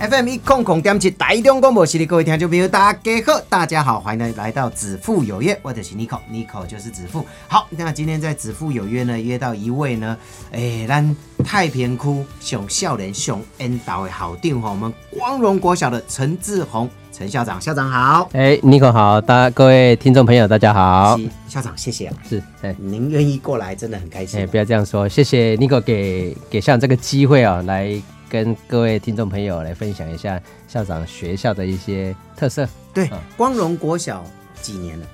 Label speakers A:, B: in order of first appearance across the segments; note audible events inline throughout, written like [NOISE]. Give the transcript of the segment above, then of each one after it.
A: FM 一空空点七台中广播系列各位听众朋友，大家好，大家好，欢迎来到子父有约，我就是 Nico，Nico 就是子父。好，那今天在子父有约呢，约到一位呢，诶、咱太平区熊孝仁熊恩岛的好定吼，我们光荣国小的陈志宏陈校长，校长好，
B: 哎、尼克好，大各位听众朋友，大家好，
A: 是校长谢谢啊，
B: 是哎
A: 您愿意过来真的很开
B: 哎、
A: 心。
B: 不要这样说，谢谢尼克给给校长这个机会哦，来跟各位听众朋友来分享一下校长学校的一些特色。
A: 对
B: 嗯，
A: 光荣国小几年了？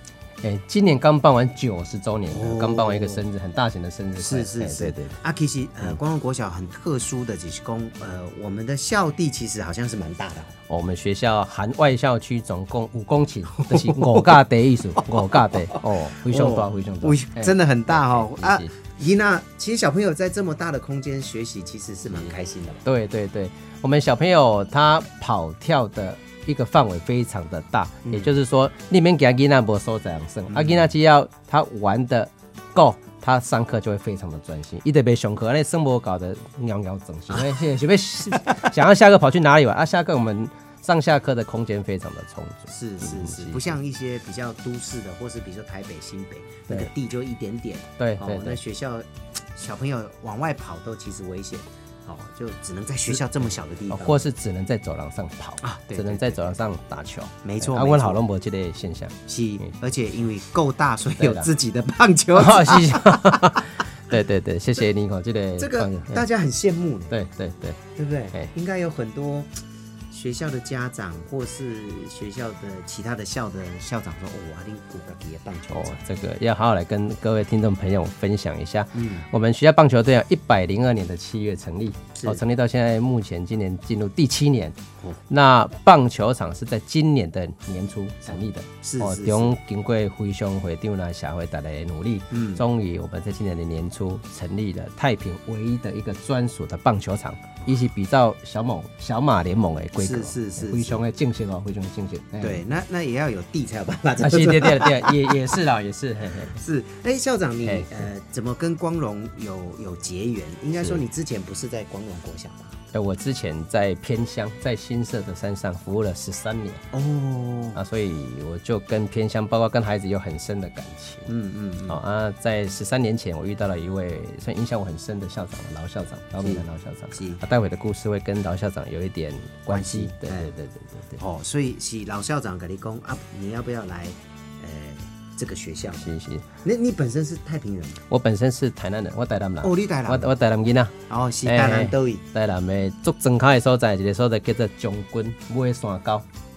B: 哎、今年刚办完九十周年啊
A: 哦，
B: 刚、办完一个生日，很大型的生日
A: 是
B: 会，
A: 是
B: 哎
A: 是
B: 对对。嗯
A: 啊，其实呃，光荣国小很特殊的，只是公呃，我们的校地其实好像是蛮大的。
B: 我们学校含外校区总共五公顷，这
A: [LAUGHS]
B: 是五甲地艺术，五甲地哦，非常大，非常
A: 喂
B: 大，
A: 真
B: 的
A: 的很大哦
B: 哎
A: 啊
B: 是是！
A: 伊娜，其实小朋友在这么大的空间学习，其实是蛮开心的吧。
B: 对对对，我们小朋友他跑跳的一个范围非常的大，
A: 嗯
B: 也就是说，你们给阿吉娜不收怎样生，阿吉娜只要他玩的够。他上课就会非常的专心，一直被上课，那生活搞得鸟鸟整形，哎现在准备想要下课跑去哪里玩啊？下课我们上下课的空间非常的充足，
A: 是是
B: 嗯
A: 是，
B: 是
A: 不像一些比较都市的，或是比如说台北、新北，那个地就一点点。
B: 对对
A: 哦，那
B: 对，
A: 学校小朋友往外跑都其实危险，哦，就只能在学校这么小的地
B: 哦
A: 方。
B: 或是只能在走廊上跑
A: 啊对
B: 只能在走廊上打球，
A: 没错
B: 哎啊
A: 没
B: 我
A: 错
B: 好龙博这类
A: [LAUGHS]
B: 现象， [LAUGHS]
A: 是
B: 嗯，
A: 而且因为够大，所以
B: 对
A: 有
B: 啦
A: 自己的棒球
B: 哦，
A: 场。
B: 谢谢， [LAUGHS] 对对对，谢谢你哦，这个
A: 这个
B: 创意嗯
A: 大家很羡慕呢。
B: 对对对，
A: 对不对
B: 哎？
A: 应该有很多学校的家长或是学校的其他的校的校长说：“哦，我定古巴比的棒球
B: 哦
A: 场。，
B: 这个要好好来跟各位听众朋友分享一下。
A: 嗯
B: 我们学校棒球队啊，一百零二年的七月成立，
A: 是
B: 哦，成立到现在目前今年进入第七年。
A: 哦
B: 那棒球场是在今年的年初成立的，
A: 是
B: 哦
A: 是，
B: 从经过灰熊会长啦、社会大家的努力，
A: 嗯
B: 终于我们在今年的年初成立了太平唯一的一个专属的棒球场，一起比照小某小马联盟的规格，
A: 是是是
B: 灰熊的竞争哦，灰熊的竞争，哎
A: 对，，那那也要有地才有办法这
B: [LAUGHS] 啊，
A: 么
B: 是，
A: 做。
B: 对对对，也也是啦，也是，嘿嘿。
A: [LAUGHS] 是，哎，校长你
B: 哎
A: 呃怎么跟光荣有有结缘？应该说你之前不是在光荣国小吧？
B: 呃，我之前在偏乡，在新社的山上服务了十三年
A: 哦，
B: 啊，所以我就跟偏乡，包括跟孩子有很深的感情。
A: 嗯嗯，
B: 好、啊，在十三年前，我遇到了一位算影响我很深的校长，老校长，老米的老校长。
A: 是
B: 啊，待会的故事会跟老校长有一点关系
A: 关系。
B: 对
A: 哎
B: 对对对对对。
A: 哦，所以是老校长跟你讲啊，你要不要来呃这个学校？
B: 是是，
A: 那你本身是太平人吗？
B: 我本身是台南人，我台南人。
A: 哦，你台南，
B: 啊我我台南囡仔，
A: 哦，是
B: 哎
A: 台南都有。
B: 台南的足庄口的所在，一个所在叫做将军尾山沟，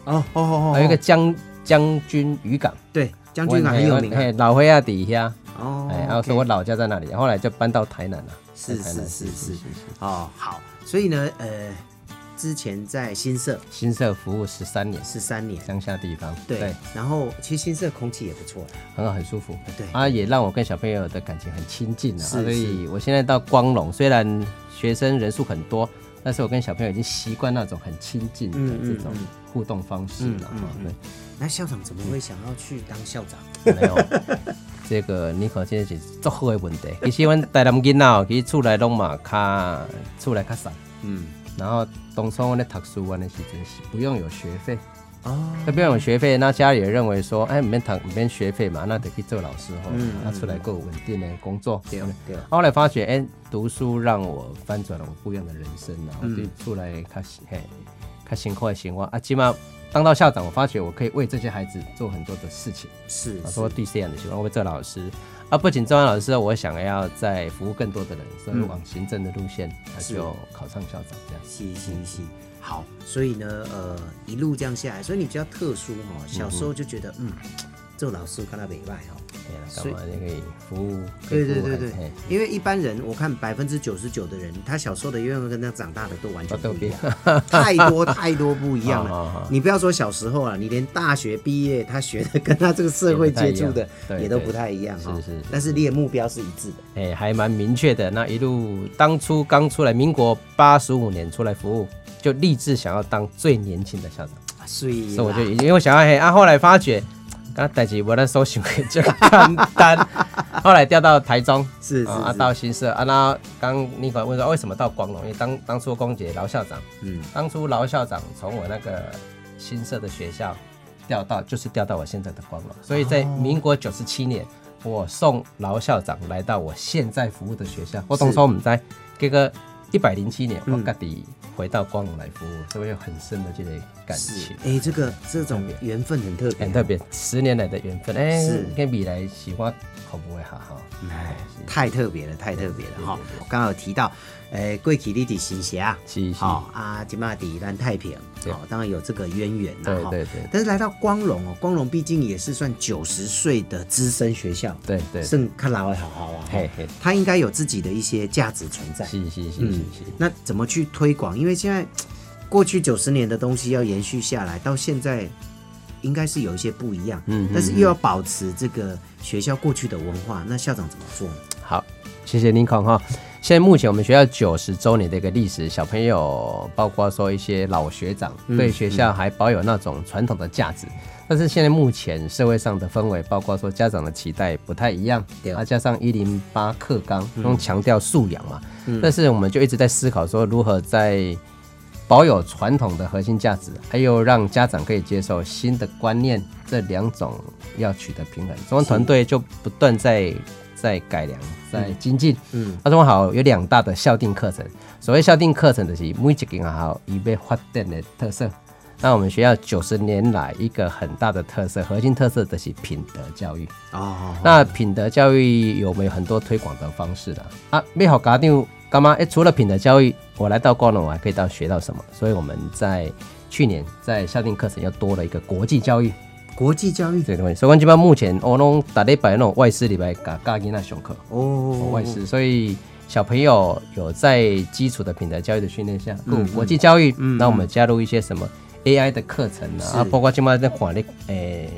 A: 哦哦哦，
B: 还有一个将将军渔港。
A: 对，将军港很有名
B: 我嘿
A: 啊。
B: 老灰啊底下。
A: 哦，
B: 哎，然后
A: OK
B: 说我老家在哪里，后来就搬到台南了。
A: 是
B: 在台南
A: 是
B: 市
A: 是是哦好，所以呢，呃，之前在新社
B: 新社服务十三年，
A: 十三年，
B: 乡下地方，
A: 对，然后其实新社空气也不错啦，
B: 很好，很舒服。
A: 对
B: 啊，也让我跟小朋友的感情很亲近啊。
A: 是
B: 所以我现在到光荣，虽然学生人数很多，但是我跟小朋友已经习惯那种很亲近的
A: 嗯嗯
B: 这种互动方式了。哦
A: 嗯
B: 哈
A: 嗯那校长怎么会想要去当校长？
B: 对，还有这个你可真的是足好的问
A: [LAUGHS]
B: 题。其实阮台南囡仔哦，其实厝内拢嘛较厝内较散。
A: 嗯，
B: 然后当初我咧读书，我那时阵是不用有学费，
A: 哦，
B: 那不用有学费，那家里也认为说，哎，免读免学费嘛，那得去做老师吼，那出来够稳定的工作。
A: 嗯对啊对，
B: 后来发觉，哎，读书让我翻转了我不一样的人生啦，
A: 嗯
B: 我就出来较辛嘿，较辛苦的生活啊，起码当到校长，我发觉我可以为这些孩子做很多的事情。
A: 是
B: 啊，
A: 是
B: 说第四样的喜欢，我会做老师啊，不仅做完老师，我想要再服务更多的人，所以往行政的路线，那
A: 嗯是
B: 就考上校长这样。
A: 是是是，好，所以呢，呃，一路这样下来，所以你比较特殊哈、哦，小时候就觉得嗯。做老师看他袂歹吼。
B: 对了，
A: 所以
B: 干嘛也可以服务？可以
A: 对
B: 服
A: 对
B: 务
A: 对
B: 很
A: 对
B: 嘿，
A: 因为一般人，我看百分之九十九的人，他小时候的愿望跟他长大的啊都完哦全不一样，太多太多不一 [LAUGHS] 样
B: 好好
A: 了
B: 好。
A: 你不要说小时候啊，你连大学毕业，他学的跟他这个社会接触的也
B: 也
A: 都
B: 都
A: 不
B: 不
A: 太
B: 太
A: 一样哈
B: 对对是是。
A: 但是你的目标是一致的，
B: 哎，还蛮明确的。那一路当初刚出来，民国八十五年出来服务，就立志想要当最年轻的校长，
A: 所以啊
B: 所以我就因为我想要嘿啊，后来发觉，啊刚代志我那时候想的就简
A: [LAUGHS]
B: 单，后来调到台中，
A: 是是
B: 啊啊
A: 是
B: 到新社啊，那刚你可问说为什么到光荣？因为当当初公姐劳校长，
A: 嗯
B: 当初劳校长从我那个新社的学校调到，就是调到我现在的光荣，所以在民国九十七年，我送劳校长来到我现在服务的学校。我当初我们在这个一百零七年，我
A: 嗯
B: 各地回到光荣来服务，所以有很深的这类感
A: 是
B: 情。
A: 哎，这个这种缘分很特别，
B: 很特别，十年来的缘分，哎、
A: 是
B: 跟未来喜欢可不会好哈。哎，
A: 太特别了，太特别了哈！我刚刚有提到，诶、过去你伫新霞，
B: 是是
A: 好啊，即马伫咱太平，
B: 对
A: 好、当然有这个渊源啦
B: 对
A: 哈。
B: 对对
A: 但是来到光荣哦，光荣毕竟也是算九十岁的资深学校，
B: 对对，是
A: 剩看老的好好啊，
B: 嘿嘿
A: 他应该有自己的一些价值存在。
B: 是是是
A: 嗯
B: 是，
A: 那怎么去推广？因为现在过去九十年的东西要延续下来，到现在应该是有一些不一样，
B: 嗯嗯
A: 但是又要保持这个学校过去的文化，那校长怎么做呢？
B: 好，谢谢林孔哈。现在目前我们学校九十周年的一个历史，小朋友包括说一些老学长
A: 嗯
B: 对学校还保有那种传统的价值，但是现在目前社会上的氛围，包括说家长的期待不太一样
A: 对，嗯
B: 啊，加上一零八课纲都强调素养嘛，但是我们就一直在思考说如何在保有传统的核心价值，还有让家长可以接受新的观念，这两种要取得平衡。中央团队就不断在在改良、在精进。
A: 嗯
B: 嗯，那中央好有两大的校定课程，所谓校定课程就是每一间学校以被发展的特色。那我们学校九十年来一个很大的特色，核心特色就是品德教育。
A: 哦，
B: 那品德教育有没有很多推广的方式呢？啊，美好家长干嘛？哎，除了品德教育，我来到光荣，我还可以到学到什么？所以我们在去年在校定课程又多了一个国际教育
A: 国际教育
B: 这个东西，所以我们基本上目前我拢打礼拜那种外师礼拜教教囡仔上课，
A: 哦，
B: 外师，所以小朋友有在基础的品德教育的训练下，
A: 嗯
B: 嗯，国际教育，
A: 嗯
B: 那我们加入一些什么 AI 的课程
A: 是
B: 啊，啊包括今麦在看你，诶、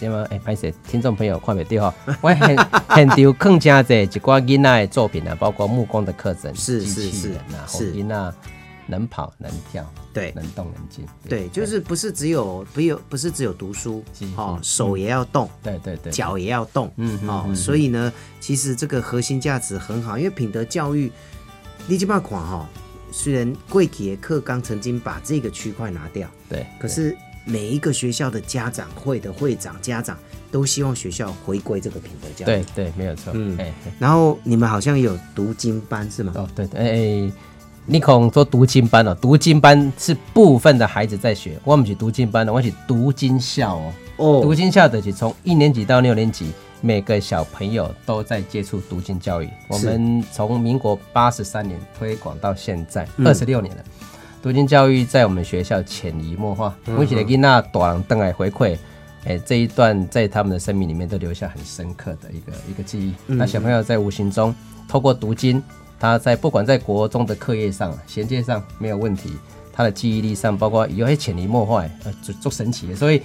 B: 今麦诶，拍摄听众朋友看袂到哈， [LAUGHS] 我很很丢更加侪一寡囡仔的作品啊，包括木工的课程，
A: 是
B: 机
A: 是
B: 器
A: 是
B: 人啊，吼
A: 是
B: 囡仔能跑能跳，
A: 对
B: 能动能静，
A: 对，就是不是只有不有不是只有读书
B: 是
A: 哦，
B: 是
A: 手也要动，
B: 对对对，
A: 脚也要动，
B: 嗯嗯
A: 哦，
B: 嗯
A: 所以呢，其实这个核心价值很好，因为品德教育，你这么看哈，哦虽然贵企业课纲曾经把这个区块拿掉，
B: 对，
A: 可是每一个学校的家长会的会长家长都希望学校回归这个品德教育
B: 对，对没有错，
A: 嗯
B: 嗯，哎。对
A: 然后你们好像有读经班是吗？
B: 哦，对，对哎、哎你讲说读经班哦，读经班是部分的孩子在学，我们是读经班的，我是读经校哦。读
A: 哦，
B: 经校的是从一年级到六年级，每个小朋友都在接触读经教育。我们从民国八十三年推广到现在
A: 嗯
B: 二十六年了，读经教育在我们学校潜移默化，
A: 嗯
B: 我们写的囡仔大人登来回馈。哎，这一段在他们的生命里面都留下很深刻的一个一个记忆。
A: 嗯
B: 那小朋友在无形中透过读经，他在不管在国中的课业上衔接上没有问题，他的记忆力上，包括以后会潜移默化，呃，足足神奇的。所以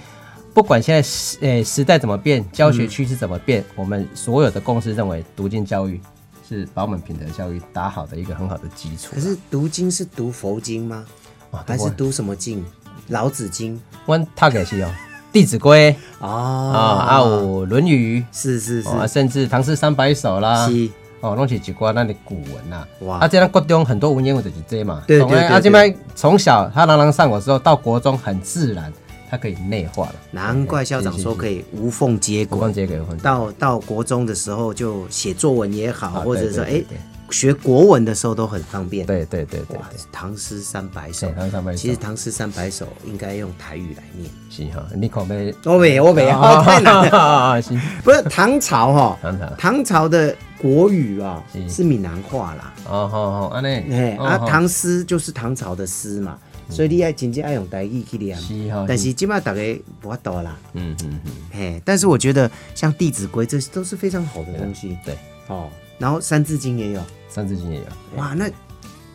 B: 不管现在时诶时代怎么变，教学趋势怎么
A: 嗯
B: 变，我们所有的共识认为，读经教育是把我们品德教育打好的一个很好的基础。
A: 可是读经是读佛经吗？
B: 啊，
A: 还
B: 但
A: 是
B: 是
A: 读什么经？老子经
B: 我们读的是哦，《弟子规》
A: 哦
B: 啊，啊有《论语》
A: 是是是，
B: 哦，啊甚至《唐诗三百首》啦。
A: 是
B: 哦，拢是一寡咱的古文呐、啊。
A: 哇
B: 哇！啊，这咱国中很多文言文就是这嘛。
A: 对
B: 懂吗
A: 对对
B: 啊，
A: 对
B: 这边从小他朗朗上口之后，到国中很自然，他可以内化了。
A: 难怪校长说可以无缝接
B: 国光
A: 轨。
B: 节给分。
A: 到到国中的时候，就写作文也好，
B: 啊
A: 或者
B: 对
A: 说
B: 对对
A: 哎
B: 对
A: 学国文的时候都很方便。，
B: 对对对对
A: 哇，唐诗三百首
B: 对唐诗三百，首
A: 其实唐诗三百首应该用台语来念。
B: 对，是哈。你可没？
A: 我没我没啊，太难了。
B: 了。是
A: 不是唐朝
B: [LAUGHS]
A: 哈，
B: 唐朝
A: 唐朝的国语啊
B: 嗯是
A: 是闽南话啦，
B: 哦，好好，安尼
A: 哎。啊，
B: 哦好嗯
A: 唐诗就是唐朝的诗嘛，所以你爱真正爱用台语去念。
B: 是哦
A: 但是即摆大家无法度啦，
B: 嗯嗯嗯，
A: 嘿。但是我觉得像《弟子规》这些都是非常好的东西
B: 对，
A: 哦。然后《三字经》也有，
B: 三字经也有。
A: 哇，那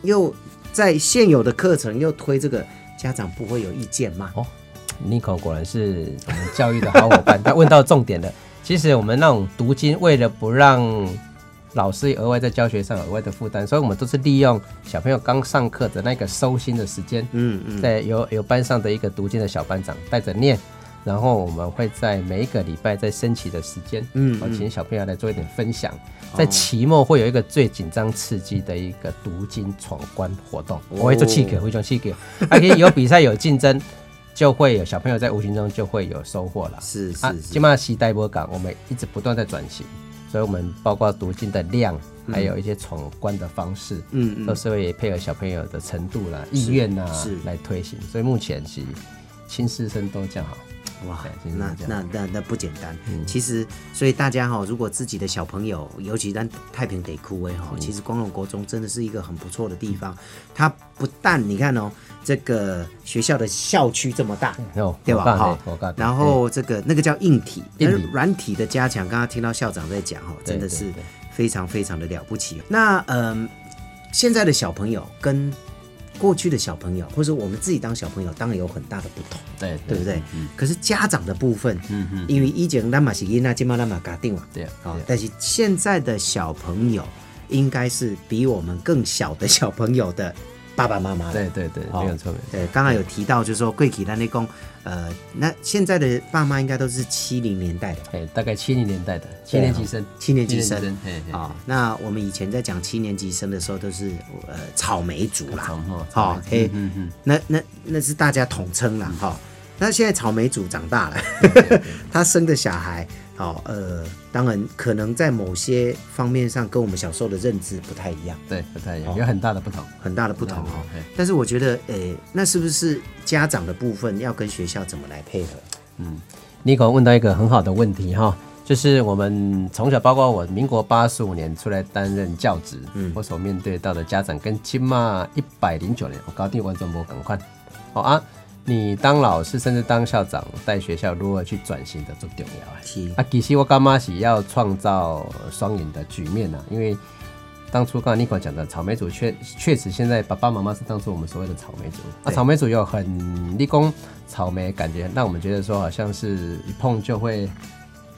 A: 又在现有的课程又推这个，家长不会有意见吗？
B: 哦，尼克果然是我们教育的好伙伴。他问到重点了。其实我们那种读经，为了不让老师额外在教学上有额外的负担，所以我们都是利用小朋友刚上课的那个收心的时间，
A: 嗯嗯，
B: 在由由班上的一个读经的小班长带着念。然后我们会在每一个礼拜在升旗的时间，
A: 嗯
B: 嗯，我请小朋友来做一点分享。
A: 哦
B: 在期末会有一个最紧张刺激的一个读经闯关活动，
A: 哦
B: 我会做气给，会做气给，而且有比赛有竞争，就会有小朋友在无形中就会有收获了。
A: 是是
B: 啊，
A: 是
B: 今嘛西代波港，我们一直不断在转型，所以我们包括读经的量，还有一些闯关的方式，
A: 嗯嗯
B: 都是会配合小朋友的程度啦、意愿啦
A: 是
B: 来推行。所以目前是亲师生都这样好。
A: 哇
B: 对，就是
A: 那
B: 这样嗯
A: 那那那不简单。其实，所以大家哈、如果自己的小朋友，尤其在太平得枯萎
B: 嗯
A: 哈，其实光荣国中真的是一个很不错的地方。它不但你看哦，这个学校的校区这么大，
B: 哦
A: 对
B: 我告
A: 吧？
B: 诉
A: 哈
B: 你我告诉，你
A: 然后这个那个叫硬体，但是
B: 硬体
A: 软体的加强，刚刚听到校长在讲哈，
B: 对
A: 真的是
B: 对对
A: 非常非常的了不起。那嗯、现在的小朋友跟过去的小朋友，或者我们自己当小朋友，当然有很大的不同。
B: 对
A: 对不对？
B: 嗯
A: 可是家长的部分，嗯嗯，因为以前咱嘛是囡仔，今嘛咱嘛家定了，
B: 对啊
A: 好
B: 对啊，
A: 但是现在的小朋友应该是比我们更小的小朋友的爸爸妈妈了
B: 对对对，
A: 好
B: 没有错没有错。
A: 对，刚刚有提到，就是说贵体的那公，呃，那现在的爸妈应该都是七零年代的，
B: 哎，大概七零年代的七年级生，
A: 七年级生
B: 嘿嘿，
A: 啊、那我们以前在讲七年级生的时候，都是呃草莓族啦，
B: 草莓草
A: 好
B: 莓，族
A: 嘿
B: 嗯嗯，
A: 那那那是大家统称啦，哈、那现在草莓族长大了， [LAUGHS] 他生的小孩，好、呃，当然可能在某些方面上跟我们小时候的认知不太一样，
B: 对，不太一样，有很大的不同。
A: 很大的不同哦
B: 嗯嘿。
A: 但是我觉得，呃，那是不是家长的部分要跟学校怎么来配合？
B: 尼克问到一个很好的问题哈，就是我们从小，包括我民国八十五年出来担任教职，嗯，我所面对到的家长跟起码一百零九年，我搞定完全不赶快，好、啊。你当老师，甚至当校长，带学校如何去转型的，最重要的
A: 是
B: 啊，其实我干妈是要创造双赢的局面呐、啊，因为当初刚才 Nico 讲的草莓族确确实现在爸爸妈妈是当初我们所谓的草莓族啊，
A: 对
B: 草莓族有很立功草莓，感觉让我们觉得说好像是一碰就会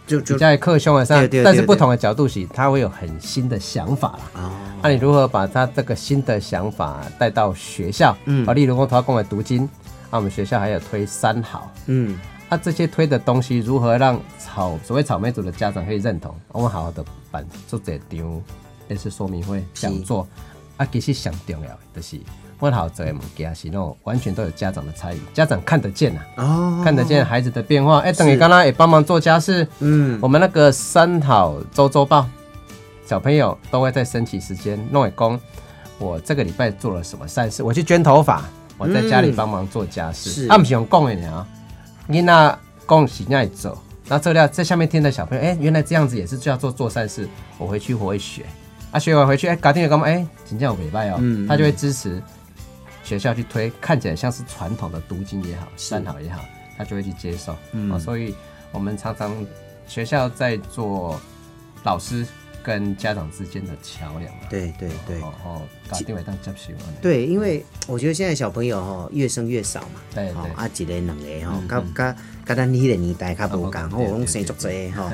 A: 就
B: 比
A: 就
B: 较克凶啊，上
A: 对对对
B: 但是不
A: 对
B: 同的角度是它会有很新的想法啦。
A: 哦，
B: 那、你如何把他这个新的想法带到学校？嗯，啊，例如说他跟我读经，啊，我们学校还有推三好，
A: 嗯，
B: 那、这些推的东西如何让草所谓草莓族的家长可以认同？我们好好的办做这张类似说明会讲座，啊，其实上重要的就是我好做的物件是那种完全都有家长的参与，家长看得见啊。
A: 哦，
B: 看得见孩子的变化，哎、等于刚刚也帮忙做家事。
A: 嗯
B: 我们那个三好周周报，小朋友都会在升旗时间弄一工。我这个礼拜做了什么善事？我去捐头发，我在家里帮忙做家
A: 嗯
B: 事。
A: 是
B: 他们喜欢供的啊，你那供喜那里走，然后这料在下面听的小朋友，哎、原来这样子也是就要做做善事。我回去我会学，啊，学完回去，哎、搞定了干嘛？哎、请教我礼拜哦，
A: 嗯
B: 他就会支持学校去推，看起来像是传统的读经也好，善好也好，他就会去接受。嗯、所以我们常常学校在做老师跟家长之间的桥梁啊。
A: 对对对
B: 哦哦，搞定了当接受啊。
A: 对，因为我觉得现在小朋友哈越生越少嘛，
B: 对
A: 吼
B: 对嗯
A: 啊一个两个吼，甲甲甲咱迄个年代较无
B: 啊
A: 共，
B: 无
A: 吼，
B: 共对
A: 拢
B: 对
A: 生足济吼，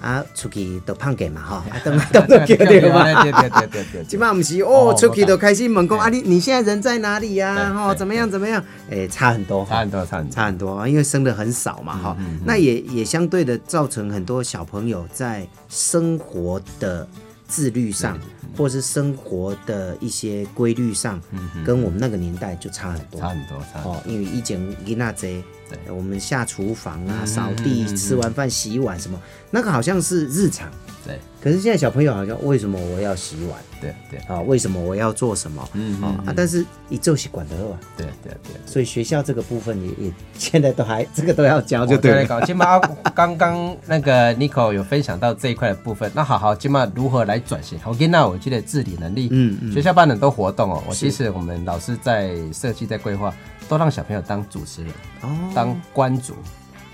A: 啊出去都胖过嘛
B: [LAUGHS]
A: 吼，啊等
B: 对
A: 等都叫对嘛。
B: 对对对对对，
A: [LAUGHS] 即摆毋是哦，
B: 哦
A: 出去
B: 无
A: 就
B: 共
A: 开始问讲
B: 对
A: 啊，你你现在人在哪里呀？
B: 对
A: 吼，
B: 对
A: 怎么样怎么样？诶，差很多，
B: 差很多，差很多。
A: 差很多，因为生的很少嘛，哈、那也也相对的造成很多小朋友在生活的自律上，或是生活的一些规律上，跟我们那个年代就差很多，
B: 差很多，差很多。
A: 哦，因为以前伊那贼
B: 对，
A: 我们下厨房啊、扫地、吃完饭洗碗什么，那个好像是日常，
B: 对
A: 可是现在小朋友好像为什么我要洗碗
B: 对对
A: 啊？为什么我要做什么？嗯啊，但是一就是管得了啊。
B: 对对对。
A: 所以学校这个部分也也现在都还这个都要教哦就
B: 我
A: 对
B: 对
A: 了。
B: 搞。金马 [LAUGHS] 刚刚那个 Nico 有分享到这一块的部分，那好好，金马如何来转型？好，跟那我记得治理能力，
A: 嗯嗯
B: 学校办很多活动哦。我其实我们老师在设计在规划，都让小朋友当主持人，
A: 哦
B: 当关主，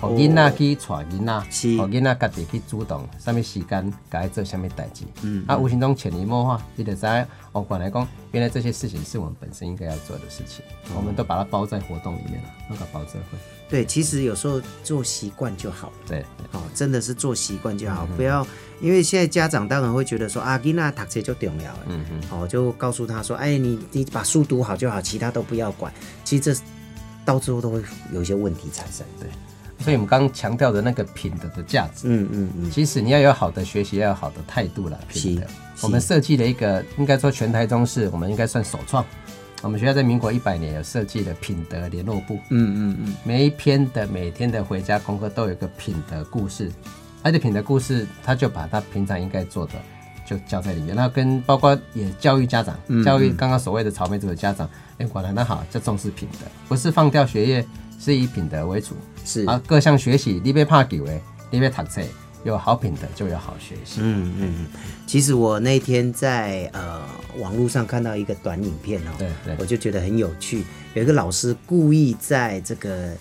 B: 让囡仔去带囡
A: 是
B: 仔，让囡仔家己去主动，什么时间该做什么代志。
A: 嗯
B: 啊，无形中潜移默化，你得在哦，管来讲，原来这些事情是我们本身应该要做的事情，
A: 哦
B: 我们都把它包在活动里面了，那个包这会，
A: [LAUGHS] 对，其实有时候做习惯就好了。
B: 对，
A: 哦，真的是做习惯就好，不要因为现在家长当然会觉得说啊，囡仔读册就重要了，嗯哦，就告诉他说，哎，你你把书读好就好，其他都不要管。其实这到最后都会有一些问题产生，对，
B: 所以我们刚刚强调的那个品德的价值，
A: 嗯嗯嗯，
B: 其实你要有好的学习，要有好的态度啦。品德
A: 是，是
B: 我们设计了一个，应该说全台中市，我们应该算首创。我们学校在民国一百年有设计了品德联络部，
A: 嗯嗯嗯，
B: 每一篇的每天的回家功课都有一个品德故事，而且品德故事他就把他平常应该做的就教在里面，那跟包括也教育家长，
A: 嗯
B: 教育刚刚所谓的草莓族的家长，哎、果然那好叫重视品德，不是放掉学业，是以品德为主。
A: 是，
B: 啊，各项学习，你别怕给为，你别读册，有好品德就有好学习。
A: 嗯嗯嗯。其实我那天在呃网络上看到一个短影片哦，
B: 对对
A: 我就觉得很有趣，有一个老师故意在这个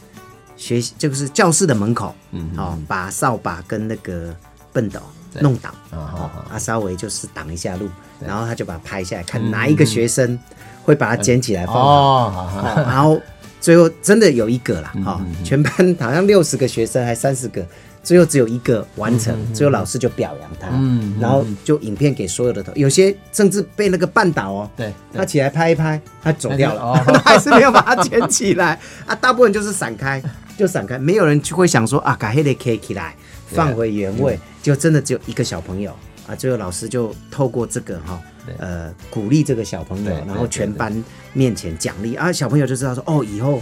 A: 学习，就是教室的门口，嗯，哦，把扫把跟那个笨斗
B: 对
A: 弄倒。
B: 啊，好
A: 哦
B: 好，，
A: 啊，稍微就是挡一下路，然后他就把它拍下来，看哪一个学生会把它捡起来放好，
B: 嗯哦，好好，
A: 哦然后最后真的有一个啦，
B: 嗯
A: 哈，全班好像六十个学生还三十个，最后只有一个完成，最后老师就表扬他，
B: 嗯嗯嗯
A: 然后就影片给所有的同，有些甚至被那个绊倒哦，
B: 对对
A: 他起来拍一拍，他走掉了，
B: 那就哦
A: [LAUGHS] 还是没有把它捡起来 [LAUGHS] 啊，大部分就是闪开，就闪开，没有人就会想说啊，把黑的 K 起来，放回原
B: 嗯
A: 位，就真的只有一个小朋友啊，最后老师就透过这个哈、
B: 对
A: 呃，鼓励这个小朋友
B: 对，对
A: 然后全班面前奖励啊，小朋友就知道说哦，以后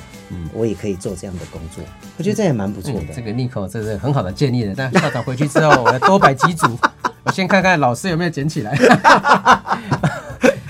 A: 我也可以做这样的工作，我觉得这也蛮不错
B: 嗯
A: 的，
B: 这个 Nico 这是很好的建议的，但校长回去之后，我要多摆
A: [LAUGHS]
B: 几组，我先看看老师有没有捡起来。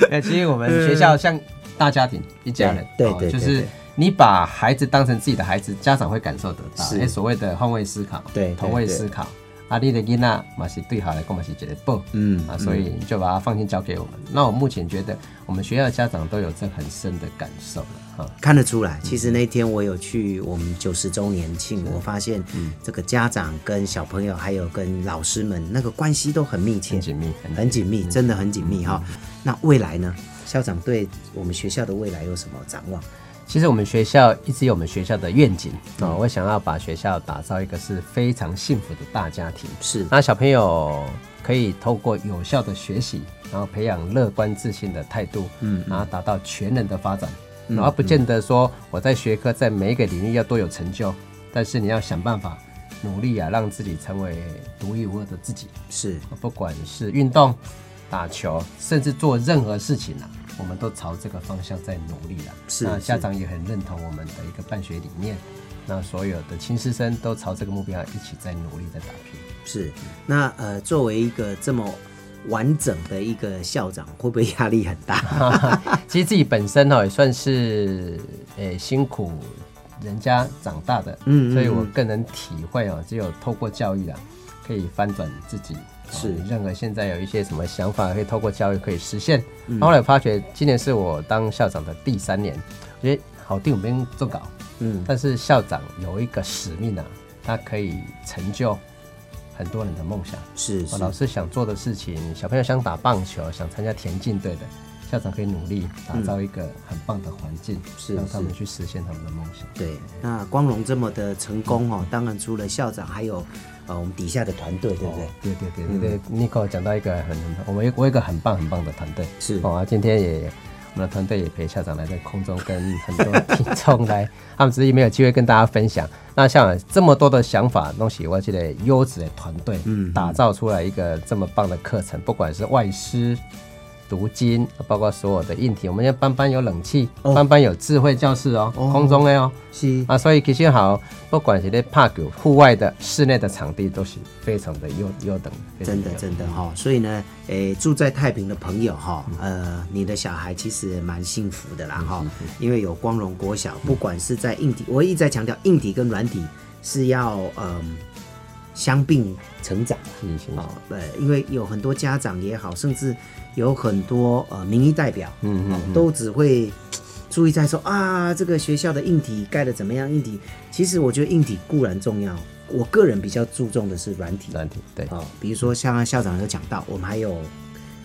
B: 那其实我们学校像大家庭一家人，
A: 嗯对
B: 哦
A: 对对
B: 就是
A: 对
B: 你把孩子当成自己的孩子，家长会感受得到，
A: 是
B: 哎，所谓的换位思考，
A: 对对
B: 同位思考。啊，你的囡仔嘛是对好来讲嘛是觉得不，
A: 嗯
B: 啊，所以你就把它放心交给我们。那我目前觉得我们学校的家长都有这很深的感受了啊，
A: 看得出来，其实那天我有去我们九十周年庆，
B: 啊
A: 我发现
B: 嗯
A: 这个家长跟小朋友还有跟老师们那个关系都很密切，
B: 很紧密，嗯
A: 很紧密，真的很紧密哈、那未来呢？校长对我们学校的未来有什么展望？
B: 其实我们学校一直有我们学校的愿景啊、我想要把学校打造一个是非常幸福的大家庭，
A: 是
B: 那小朋友可以透过有效的学习，然后培养乐观自信的态度，嗯，然后达到全人的发展，然后不见得说我在学科在每一个领域要多有成就，但是你要想办法努力啊，让自己成为独一无二的自己，
A: 是，
B: 不管是运动、打球，甚至做任何事情啊，我们都朝这个方向在努力了。
A: 是
B: 那
A: 是
B: 家长也很认同我们的一个办学理念，那所有的亲师生都朝这个目标一起在努力在打拼。
A: 是，那呃，作为一个这么完整的一个校长，会不会压力很
B: [LAUGHS]
A: 大？
B: 其实自己本身哦哈也算是诶、辛苦人家长大的，
A: 嗯嗯
B: 所以我更能体会哦，只有透过教育啊，可以翻转自己。
A: 是
B: 哦任何现在有一些什么想法，可以透过教育可以实现。
A: 嗯
B: 后来我发觉，今年是我当校长的第三年，我觉得好定我们做稿，
A: 嗯，
B: 但是校长有一个使命啊，他可以成就很多人的梦想。
A: 是
B: 哦
A: 是，
B: 老师想做的事情，小朋友想打棒球，想参加田径队的，校长可以努力打造一个很棒的环境，
A: 是
B: 让他们
A: 是
B: 去实现他们的梦想。
A: 对。那光荣这么的成功哦，当然除了校长，还有呃我们底下的团队，对不对？
B: 对哦对对对对、n i c o 讲到一个很，我们有我有一个很棒很棒的团队，
A: 是
B: 哦，啊今天也我们的团队也陪校长来在空中跟很多听众来， [LAUGHS] 他们只是没有机会跟大家分享。那像这么多的想法东西，我觉得优质的团队，嗯，打造出来一个这么棒的课程，不管是外师。读经，包括所有的硬体，我们现在班班有冷气，
A: 哦
B: 班班有智慧教室哦，空中的哦，
A: 是
B: 啊，所以其实好，不管是在 park 户外的、室内的场地，都是非常的优优等，非常
A: 真的
B: 优
A: 真的哈、所以呢，诶，住在太平的朋友哈、
B: 嗯
A: 呃，你的小孩其实也蛮幸福的啦哈、因为有光荣国
B: 嗯
A: 小，不管是在硬体，我一直在强调硬体跟软体是要嗯、相并成长啊
B: 是是
A: 哦，呃，因为有很多哦
B: 嗯
A: 家长也好，甚至有很多呃民意代表，嗯嗯都只会注意在说啊，这个学校的硬体盖的怎么样？硬体，其实我觉得硬体固然重要，我个人比较注重的是软体。
B: 难题对，
A: 哦，比如说像校长有讲到，我们还有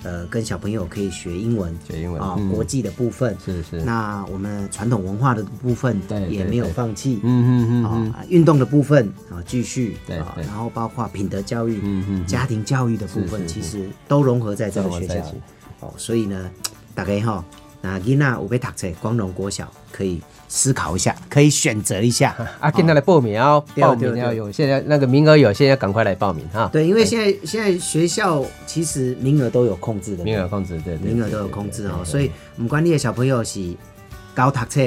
A: 呃跟小朋友可以学英文，
B: 学英文
A: 啊、
B: 嗯
A: 国际的部分
B: 是是
A: 那我们传统文化的部分
B: 对对
A: 也没有
B: 对
A: 放弃，
B: 嗯嗯
A: 啊、
B: 嗯
A: 运动的部分啊、继续，
B: 对
A: 啊
B: 对
A: 然后包括品德教育、
B: 嗯嗯嗯
A: 家庭教育的部分，
B: 是是
A: 其实都融合在这个
B: 都
A: 学
B: 融合在一
A: 校
B: 起。
A: 哦，所以呢，大家哈、那囡仔有被读册，光荣国小可以思考一下，可以选择一下。
B: 嗯，啊，现在来报名哦，
A: 对
B: 报
A: 对
B: 名
A: 对
B: 要有，现在那个名额有，现在赶快来报名哈。
A: 对，因为现在现在学校其实名额都有控制的，
B: 名额控制，对，对
A: 名额都有控制哦，所以唔管你的小朋友是高读册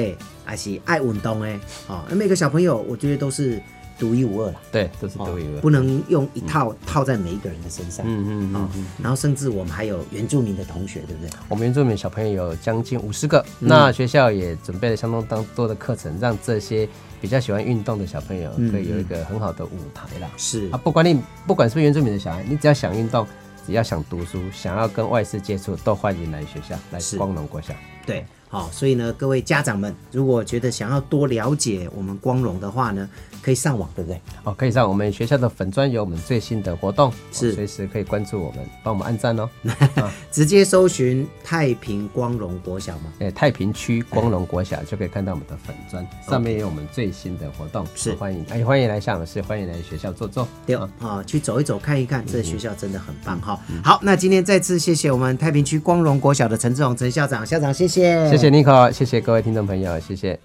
A: 还是爱运动的，哦，每个小朋友我觉得都是独一无二啦，
B: 对都是
A: 哦
B: 独一无二
A: 不。能用一套套在每一个人的身上，
B: 嗯嗯嗯
A: 哦
B: 嗯，，
A: 然后甚至我们还有原住民的同学，对不对？
B: 我们原住民小朋友有将近五十个，
A: 嗯
B: 那学校也准备了相当当多的课程，让这些比较喜欢运动的小朋友可以有一个很好的舞台啦。
A: 是
B: 啊，不管你不管是不是原住民的小孩，你只要想运动，只要想读书，想要跟外界接触，都欢迎来学校来
A: 是
B: 光荣国小。
A: 对，好、所以呢，各位家长们，如果觉得想要多了解我们光荣的话呢，可以上网，对不对？
B: 哦，可以上我们学校的粉专有我们最新的活动，
A: 是
B: 哦随时可以关注我们，帮我们按赞哦。
A: 直接搜寻太平光荣国小嘛，
B: 呃，太平区光荣国小就可以看到我们的粉砖，上面有我们最新的活动，
A: 是
B: 哦欢迎，哎，欢迎来厦门市，欢迎来学校坐坐。
A: 对啊、哦去走一走，看一看，这学校真的很棒哈、好，那今天再次谢谢我们太平区光荣国小的陈志宏陈校长，校长谢谢，
B: 谢谢 Nico，谢谢各位听众朋友，谢谢。